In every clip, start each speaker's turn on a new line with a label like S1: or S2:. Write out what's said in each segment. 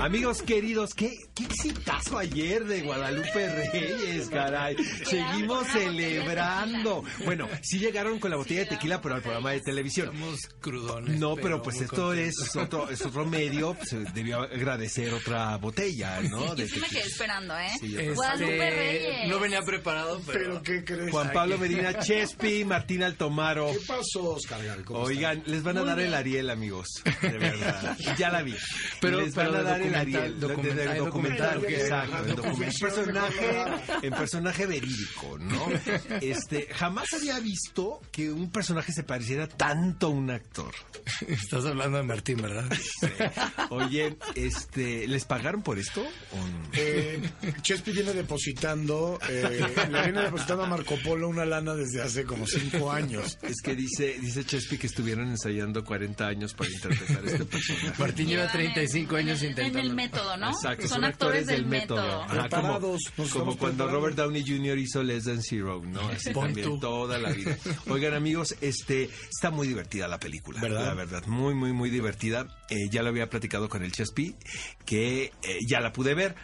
S1: Amigos queridos, qué, qué exitazo ayer de Guadalupe Reyes, caray. Seguimos celebrando. Bueno, sí llegaron con la botella de tequila, pero al programa
S2: pues,
S1: de televisión.
S2: Somos crudones.
S1: No, pero pues
S2: muy
S1: esto
S2: contentos.
S1: es otro, es otro medio, pues eh, debió agradecer otra botella, ¿no? De
S3: Yo sí me quedé
S1: tequila.
S3: esperando, ¿eh?
S1: Sí, yo
S2: Este,
S3: Guadalupe Reyes.
S2: No venía preparado, pero.
S4: qué crees?
S1: Juan Pablo Medina Chespi, Martín Altomaro.
S4: ¿Qué pasó, Oscar Gabriel? ¿Cómo
S1: Oigan, les van a dar el Ariel, amigos. De verdad. Ya la vi.
S2: Pero-
S1: les
S2: pero
S1: van a
S2: de
S1: dar el
S2: documental,
S1: Ariel. lo- de-
S2: documental,
S1: del documental,
S4: documental, ok.
S1: exacto. el docu- En
S4: Confesión de
S1: personaje,
S4: Guadalajara.
S1: en personaje verídico, ¿no? Este, jamás había visto que un personaje se pareciera tanto a un actor.
S2: Estás hablando de Martín, ¿verdad?
S1: Oye, este, ¿les pagaron por esto? ¿O no?
S4: Eh, Chespi viene depositando, eh, le viene depositando a Marco Polo una lana desde hace como cinco años.
S1: Es que dice, dice Chespi que estuvieron ensayando 40 años para interpretar este personaje.
S2: Martín lleva 35 años
S3: En el
S2: intentando.
S3: método, ¿no?
S1: Exacto,
S3: son, actores del método.
S1: Ajá, como,
S4: Preparados, nos
S1: como
S4: estamos
S1: cuando
S4: preparando.
S1: Robert Downey Jr. hizo Less Than Zero, ¿no? Así
S2: Pon
S1: también
S2: tú.
S1: toda la vida. Oigan, amigos, este está muy divertida la película.
S4: ¿Verdad?
S1: La verdad, muy, muy, muy divertida. Eh, ya lo había platicado con el Chespi, que eh, ya la pude ver.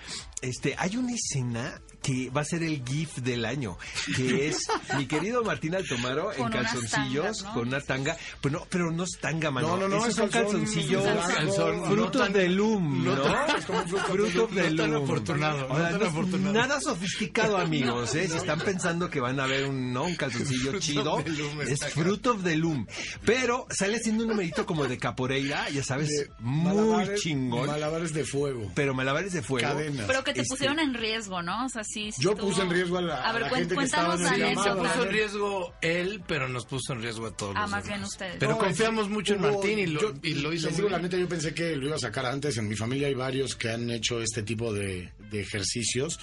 S1: Este, hay una escena que va a ser el GIF del año, que es mi querido Martín Altomaro en
S3: Con unas
S1: calzoncillos,
S3: tangas, ¿no?
S1: con una tanga, pues no, pero no es tanga, mano.
S4: No, no, no,
S1: Esos
S4: es
S1: son
S4: calzón,
S1: calzoncillos,
S4: calzón,
S1: calzón,
S4: no
S1: frutos
S2: tan-
S1: del um, ¿no?
S2: no tan-
S4: es como un fruto
S1: Fruit of the
S2: no tan
S1: Loom.
S2: afortunado, no
S1: O sea,
S2: tan
S1: no es
S2: afortunado.
S1: Nada sofisticado, amigos. ¿eh? Si están pensando que van a ver un, ¿no? un calzoncillo
S2: Fruit of
S1: chido,
S2: the Loom
S1: es
S2: está acá.
S1: Fruit of the Loom. Pero sale siendo un numerito como de caporeira, ya sabes,
S4: De
S1: muy
S4: malabares-
S1: chingón.
S4: Malabares de fuego.
S1: Pero malabares de fuego.
S4: Cadenas.
S3: Pero que te
S1: Este-
S3: pusieron en riesgo, ¿no? O sea, sí. sí
S4: Yo
S3: estuvo-
S4: puse en riesgo a la-
S3: A ver,
S4: a la
S3: cuen-
S4: gente que estaba
S3: cuéntanos
S4: en
S3: la
S4: el
S2: Sí, se
S4: llamado,
S2: puso en
S3: anécdota.
S2: riesgo él, pero nos puso en riesgo a todos.
S3: Ah,
S2: los
S3: más
S2: demás.
S3: bien ustedes.
S2: Pero
S4: No,
S2: confiamos
S4: es-
S2: mucho en
S4: hubo-
S2: Martín y lo,
S4: yo-
S2: y lo hizo
S4: les
S2: muy
S4: digo, la
S2: bien.
S4: neta, yo pensé que lo iba a sacar antes. En mi familia hay varios que han hecho este tipo de, de ejercicios.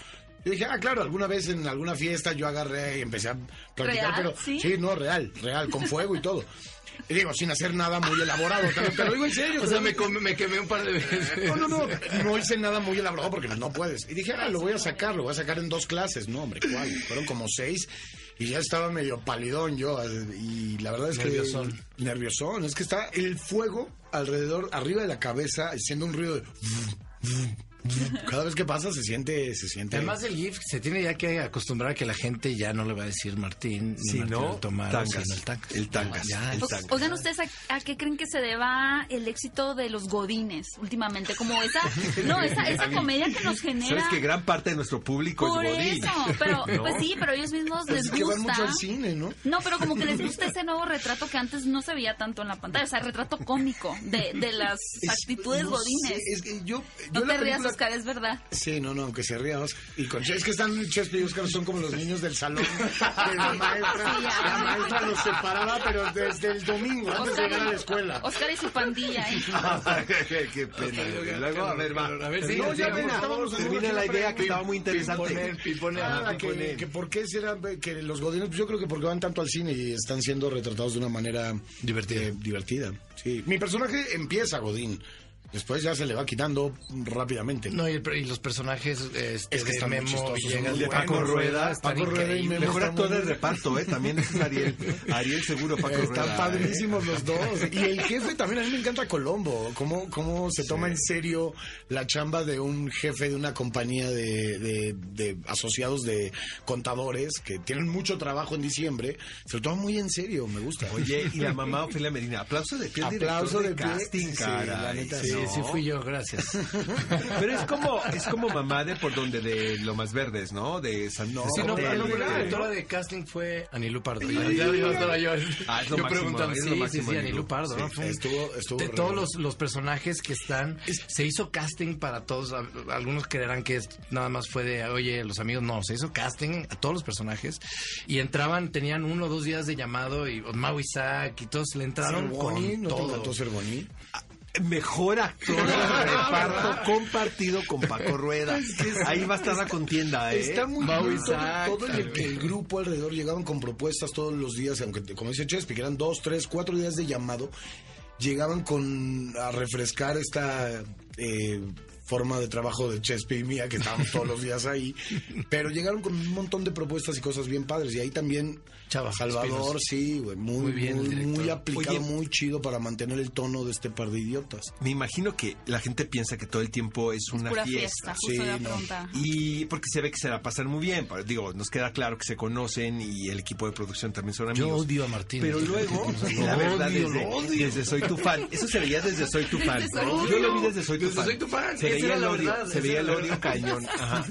S4: Yo dije, ah, claro, alguna vez en alguna fiesta yo agarré y empecé a practicar,
S3: ¿Real?
S4: pero
S3: ¿Sí?
S4: no, real, real, con fuego y todo. Y digo, sin hacer nada muy elaborado, te, te lo digo en serio.
S2: O sea,
S4: te
S2: me,
S4: lo-
S2: com- me quemé un par de veces.
S4: no, no, no, no hice nada muy elaborado porque no puedes. Y dije, ah, lo voy a sacar, lo voy a sacar en dos clases. No, hombre, ¿cuál? Fueron como seis y ya estaba medio palidón yo. eh, Y la verdad es que...
S2: Nerviosón.
S4: Nerviosón. Es que está el fuego alrededor, arriba de la cabeza, haciendo un ruido de... Cada vez que pasa se siente... Se siente
S2: Además el GIF se tiene ya que acostumbrar a que la gente ya no le va a decir Martín, ni
S1: Si
S2: Martín
S1: no,
S2: Altomaro,
S1: tangas.
S2: sino el tangas.
S1: El tangas,
S2: Ya,
S1: el
S2: ya.
S3: O-
S1: tangas.
S3: Oigan, ¿ustedes a, a qué creen que se deba el éxito de los godines últimamente? Como esa, no, esa, esa comedia que nos genera.
S1: Sabes que gran parte de nuestro
S4: Pues
S1: público
S3: Por
S1: es godín.
S3: eso, pero
S1: ¿No?
S3: pues sí, pero ellos mismos les
S4: es que van mucho
S3: gusta.
S4: al cine, ¿no?
S3: No, pero como que les gusta ese nuevo retrato que antes no se veía tanto en la pantalla, o sea, retrato cómico de, de las
S4: Es-
S3: actitudes
S4: no
S3: godines.
S4: sé, es que yo...
S3: no
S4: yo
S3: te
S4: la
S3: rías,
S4: película-
S3: Oscar, es verdad.
S4: Sí, no, no, aunque se ría Oscar. Y con Ches- es que están Chespi y Oscar son como los niños del salón de la maestra.
S3: Sí, ya.
S4: La maestra los separaba, pero desde el domingo, antes de llegar a la escuela.
S3: Oscar y su pandilla, ¿eh?
S1: Qué pena. Luego, a ver, va.
S2: A ver, sí,
S1: no, ya
S2: sigamos.
S1: ven,
S4: Estábamos en
S1: termina
S4: una
S1: la
S4: siempre
S1: idea
S4: en
S1: que estaba muy interesante.
S2: Pimponer, pimponer.
S4: Ah,
S1: Ajá,
S4: que,
S1: ponen.
S4: que por qué será que los godines, pues yo creo que porque van tanto al cine y están siendo retratados de una manera
S2: Divertida.
S4: eh, divertida. Sí. Mi personaje empieza Godín, después ya se le va quitando rápidamente.
S2: No, y, el per- y los personajes este,
S4: Es
S2: de
S4: que están muy
S2: Memo
S4: chistosos,
S2: Villegas,
S4: son muy
S1: Paco
S4: Bueno,
S1: Rueda,
S2: están
S4: Paco Rueda y
S2: increíbles.
S4: Memo
S1: Mejor
S4: está
S1: actor
S4: muy
S1: de
S4: bien.
S1: reparto, ¿eh? También ese es Ariel. Ariel seguro, Paco
S4: Están
S1: Rueda, ¿eh?
S4: padrísimos los dos. Y el jefe también, a mí me encanta Colombo. Cómo, cómo se toma en serio la chamba de un jefe de una compañía de, de- de asociados de contadores que tienen mucho trabajo en diciembre. Se lo toma muy en serio, me gusta.
S1: Oye, y la mamá Ofelia Medina. Aplauso de pie al
S4: Aplauso
S1: director
S4: de pie.
S1: casting,
S4: Sí,
S1: caray.
S4: la neta,
S2: Sí,
S4: ¿no?
S2: sí fui yo, gracias.
S1: Pero es como, es como mamá de por donde de Lomas Verdes, ¿no? De San
S2: Sí, no,
S1: Hotel,
S2: pero no,
S1: de-
S2: pero la directora de casting fue Anilú Pardo. Ya- ya iba a estar ahí,
S1: Ah, es lo
S2: yo
S1: máximo,
S2: preguntando,
S1: es lo
S2: sí, sí,
S1: máximo,
S2: sí,
S1: Anilú.
S2: Anilú Pardo. ¿no?
S4: Sí,
S2: Fue un-
S4: estuvo- estuvo
S2: de
S4: re
S2: todos
S4: bueno.
S2: los, los personajes que están, se hizo casting para todos. A- Algunos creerán que es- nada más fue de, oye, los amigos. No, se hizo casting a todos los personajes. Y entraban, tenían uno o dos días de llamado y Mau Isaac y todos le entraron
S4: Ser
S2: con
S4: Boni, ¿no te
S2: todo.
S4: encantó ser Boni?
S1: Mejor actor
S4: Ah,
S1: de reparto compartido con Paco Rueda. Ahí va a estar la contienda, ¿eh?
S4: Está muy
S2: Mau
S4: bien todo,
S2: Isaac,
S4: todo el,
S2: también.
S4: el grupo alrededor llegaban con propuestas todos los días, aunque como dice Chespi, que eran dos, tres, cuatro días de llamado. llegaban con a refrescar esta eh, forma de trabajo de Chespi y mía, que estábamos todos los días ahí, pero llegaron con un montón de propuestas y cosas bien padres. Y ahí también
S2: Chava
S4: Salvador,
S2: Espinos.
S4: sí, güey, muy,
S2: Muy
S4: muy,
S2: bien, el
S4: muy,
S2: director.
S4: aplicado,
S1: Oye.
S4: muy chido para mantener el tono de este par de idiotas.
S1: Me imagino que la gente piensa que todo el tiempo es una
S3: Pura
S1: fiesta.
S3: fiesta, justo
S4: sí,
S3: de
S4: no.
S3: afronta.
S1: Y porque se ve que se la pasan muy bien. pero Digo, nos queda claro que se conocen y el equipo de producción también son
S2: Yo
S1: amigos.
S2: odio a Martín.
S1: Pero luego, la verdad,
S2: odio,
S1: desde,
S2: lo odio.
S1: desde Soy Tu Fan. Eso se veía desde Soy Tu Fan.
S3: Desde Soy
S1: Yo
S3: Tu
S1: lo
S3: Fan.
S1: vi desde Soy Tu
S2: Desde
S1: Fan.
S2: Soy Tu Fan,
S1: Se
S2: esa
S1: veía
S2: era
S1: el
S2: la
S1: odio,
S2: verdad,
S1: se
S2: esa
S1: veía
S2: era
S1: el
S2: la
S1: odio
S2: verdad.
S1: cañón. Ajá.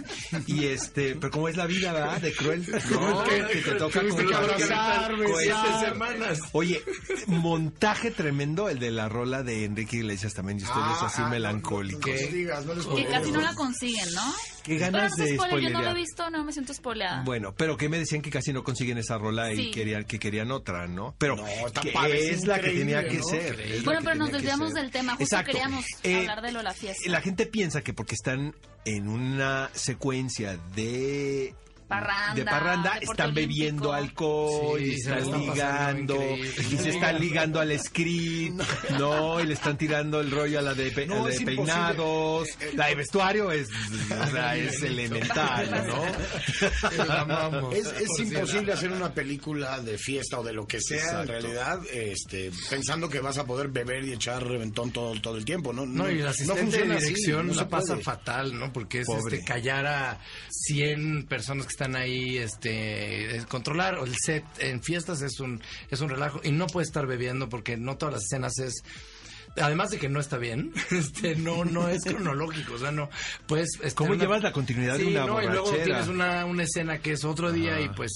S1: Y este, pero como es la vida, ¿verdad? De cruel.
S2: No,
S1: cruel que, que te toca
S2: tuviste
S1: con
S2: que
S1: cabrón.
S2: abrazar,
S1: Con este
S2: besar.
S1: esas hermanas. Oye, montaje tremendo el de la rola de Enrique Iglesias también. Y ustedes
S4: Ah,
S1: así
S4: ah, no,
S1: melancólicos.
S4: no les digas, no les
S3: Que casi no la
S4: spoilees.
S3: consiguen, ¿no?
S1: Qué
S3: Pero no
S1: ganas
S3: se
S1: de
S3: spoiler, yo no lo he
S1: spoilear.
S3: visto, no me siento spoileada.
S1: Bueno, pero que me decían que casi no consiguen esa rola y
S3: Ah. Sí.
S1: querían que querían otra, ¿no? Pero
S4: No, está
S1: que
S4: padre,
S1: es
S4: es
S1: la que
S4: increíble,
S1: tenía que
S4: ¿no?
S1: ser.
S4: Increíble.
S1: es la
S3: Bueno,
S1: que
S3: pero nos
S1: tenía que
S3: desviamos
S1: ser.
S3: del tema, justo
S1: Exacto.
S3: queríamos
S1: Eh,
S3: hablar de lo la fiesta.
S1: La gente piensa que porque están en una secuencia de
S3: Parranda,
S1: de parranda
S3: deporte
S1: están bebiendo
S3: olímpico.
S1: alcohol
S2: Sí,
S1: y
S2: se la
S1: están
S2: están
S1: ligando
S2: pasando increíble.
S1: y se están ligando al script, no, y le están tirando el rollo a la de, pe-
S4: No,
S1: a la
S4: es
S1: de
S4: imposible. Eh,
S1: peinados, la de vestuario es, o sea, es elemental, ¿no?
S4: Es, es
S2: Por cierto.
S4: imposible hacer una película de fiesta o de lo que sea en
S1: Exacto.
S4: realidad, este, pensando que vas a poder beber y echar reventón todo, todo el tiempo, ¿no?
S2: No, y el asistente de
S4: funciona así,
S2: dirección
S4: no se
S2: la pasa
S4: puede.
S2: fatal, ¿no? Porque es
S1: Pobre.
S2: este, callar a 100 personas que están ahí, este, eh, controlar el set en fiestas es un es un relajo y no puede estar bebiendo porque no todas las escenas es Además de que no está bien, este, no, no es cronológico, o sea, no, pues... este,
S1: ¿Cómo
S2: una-
S1: llevas la continuidad de
S2: Sí,
S1: una
S2: no, y luego
S1: borrachera?
S2: tienes una, una escena que es otro día y pues...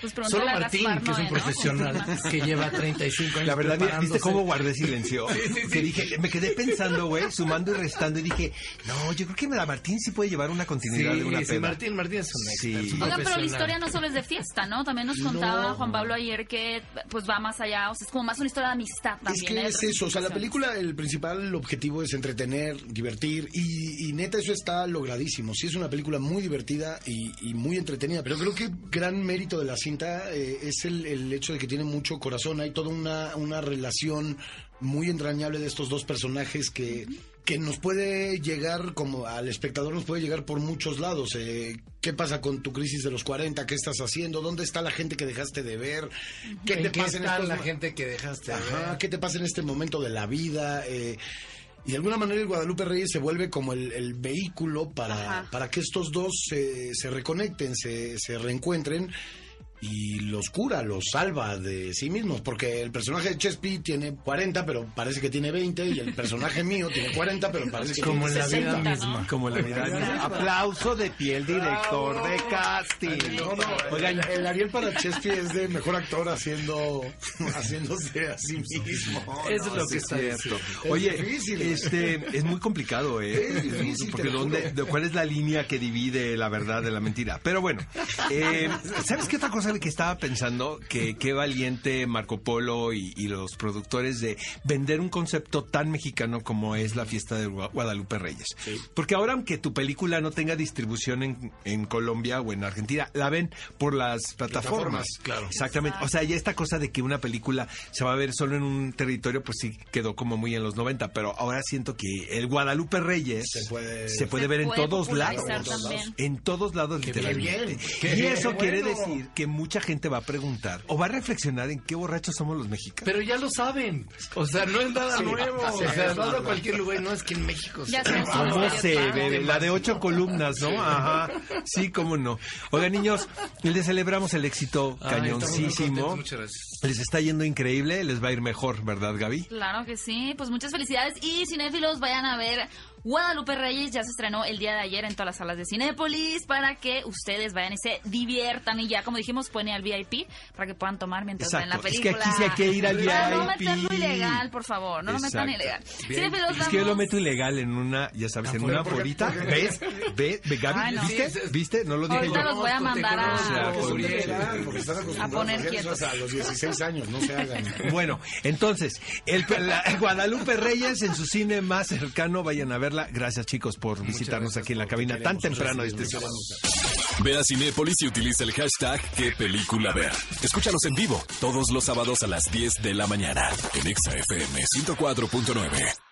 S3: Pues pronto
S2: Solo
S3: la
S2: Martín,
S3: Gaspar
S2: que es un
S3: Noé, ¿eh? ¿no?
S2: profesional que lleva 35 años
S1: La verdad, mira, ¿viste
S2: preparándose.
S1: cómo guardé silencio? Que dije, me quedé pensando, güey, sumando y restando, y dije, no, yo creo que la Martín sí puede llevar una continuidad de una
S2: Sí, sí,
S1: peda.
S2: Martín, Martín es un
S1: Sí.
S2: expert, es un
S3: Oigan, pero la
S2: profesional.
S3: historia no solo es de fiesta, ¿no? También nos contaba
S4: No.
S3: Juan Pablo ayer que pues va más allá, o sea, es como más una historia de amistad
S4: Es
S3: también. ¿eh?
S4: que
S3: De
S4: es eso, o sea, la
S3: representaciones.
S4: película, el principal objetivo es entretener, divertir, y, y neta, eso está logradísimo. Sí, es una película muy divertida y, y muy entretenida, pero creo que gran mérito de la cinta eh, es el, el hecho de que tiene mucho corazón, hay toda una, una relación muy entrañable de estos dos personajes que, que nos puede llegar, como al espectador nos puede llegar por muchos lados. eh, ¿Qué pasa con tu crisis de los 40? ¿Qué estás haciendo? ¿Dónde está la gente que dejaste de ver? ¿Qué
S2: ¿En
S4: te
S2: qué
S4: pasa en
S2: está
S4: estos
S2: la
S4: mo-
S2: gente que dejaste?
S4: Ajá,
S2: ver?
S4: ¿qué te pasa en este momento de la vida? Eh, y de alguna manera el Guadalupe Reyes se vuelve como el, el vehículo para,
S3: Ajá.
S4: para que estos dos se, se reconecten, se, se reencuentren y los cura, los salva de sí mismos. Porque el personaje de Chespi tiene 40, pero parece que tiene 20, y el personaje mío tiene 40, pero parece que
S2: Como en
S4: tiene
S2: la vida
S4: 60.
S2: misma.
S1: Como la vida. misma. Aplauso de pie el director de casting.
S4: No, no,
S1: Oigan,
S4: el, el Ariel para Chespi es de mejor actor haciendo haciéndose a sí mismo.
S2: Eso es lo que
S1: sí,
S2: está
S1: cierto.
S4: Es
S1: Oye,
S4: difícil.
S1: este es muy complicado, ¿eh?
S4: Es difícil,
S1: porque
S4: te lo
S1: dónde, de cuál es la línea que divide la verdad de la mentira. Pero bueno, eh, ¿sabes qué otra cosa que estaba pensando? Que qué valiente Marco Polo y, y los productores de vender un concepto tan mexicano como es la fiesta de Gua- Guadalupe Reyes. Porque ahora, aunque tu película no tenga distribución en, en Colombia o en Argentina, la ven por las plataformas.
S4: Plataformas, claro.
S1: Exactamente. O sea, ya esta cosa de que una película se va a ver solo en un territorio, pues sí quedó como muy en los 90, pero ahora siento que el Guadalupe Reyes
S4: Se puede-
S1: se puede
S3: Se
S1: ver en
S3: puede
S1: todos lados.
S3: popularizar también.
S1: En todos lados, literalmente.
S4: bien,
S1: y
S4: qué bien,
S1: eso
S4: qué
S1: quiere
S4: bueno.
S1: decir que mucha gente va a preguntar o va a reflexionar en qué borrachos somos los mexicanos.
S2: Pero ya lo saben. O sea, no es nada nuevo.
S4: sí,
S2: o sea,
S4: es
S2: vas a
S4: verdad.
S2: cualquier lugar. y No es que en México.
S3: Ya
S2: se-
S3: sé.
S1: ¿Cómo
S3: Sí,
S1: se
S3: claro.
S1: bebe? La de ocho columnas, ¿no? Ajá. Sí, cómo no. Oigan, niños, les celebramos el éxito
S2: Ay, estamos muy contentos,
S1: cañoncísimo.
S2: Muchas gracias.
S1: Les está yendo increíble, les va a ir mejor, ¿verdad, Gaby?
S3: Claro que sí, pues muchas felicidades y cinéfilos vayan a ver Guadalupe Reyes, ya se estrenó el día de ayer en todas las salas de Cinépolis para que ustedes vayan y se diviertan y ya como dijimos pueden ir al VIP para que puedan tomar mientras ven la
S1: Exacto. Es que
S3: película.
S1: aquí sí hay que ir al
S3: Para no
S1: VIP.
S3: meterlo ilegal, por favor, no lo metan
S1: Exacto.
S3: ilegal.
S1: Bien. Pues
S3: Cinéfilos,
S1: Es que yo lo
S3: vamos.
S1: meto ilegal en una, ya sabes, en una porita. ¿Ves? ¿Ves? ¿Ves? Gaby?
S3: Ay, Ah, no.
S1: ¿Viste? ¿Viste? No lo dije
S3: Ahorita
S1: yo.
S3: los voy a
S2: Conozco, te
S3: mandar
S1: O
S3: a...
S2: conozco.
S1: sea,
S4: Porque son
S1: pobrecito.
S4: de edad, porque están acostumbrados
S3: poner
S4: hacer eso
S3: quietos.
S4: hasta los 16 16 años, no se hagan.
S1: Bueno, entonces, el, la- Guadalupe Reyes en su cine más cercano, vayan a verla. Gracias chicos por visitarnos aquí en la cabina tan temprano este sábado.
S5: Ve a Cinépolis y utiliza el hashtag qué película ver. Escúchanos en vivo todos los sábados a las 10 de la mañana en Exa FM 104.9.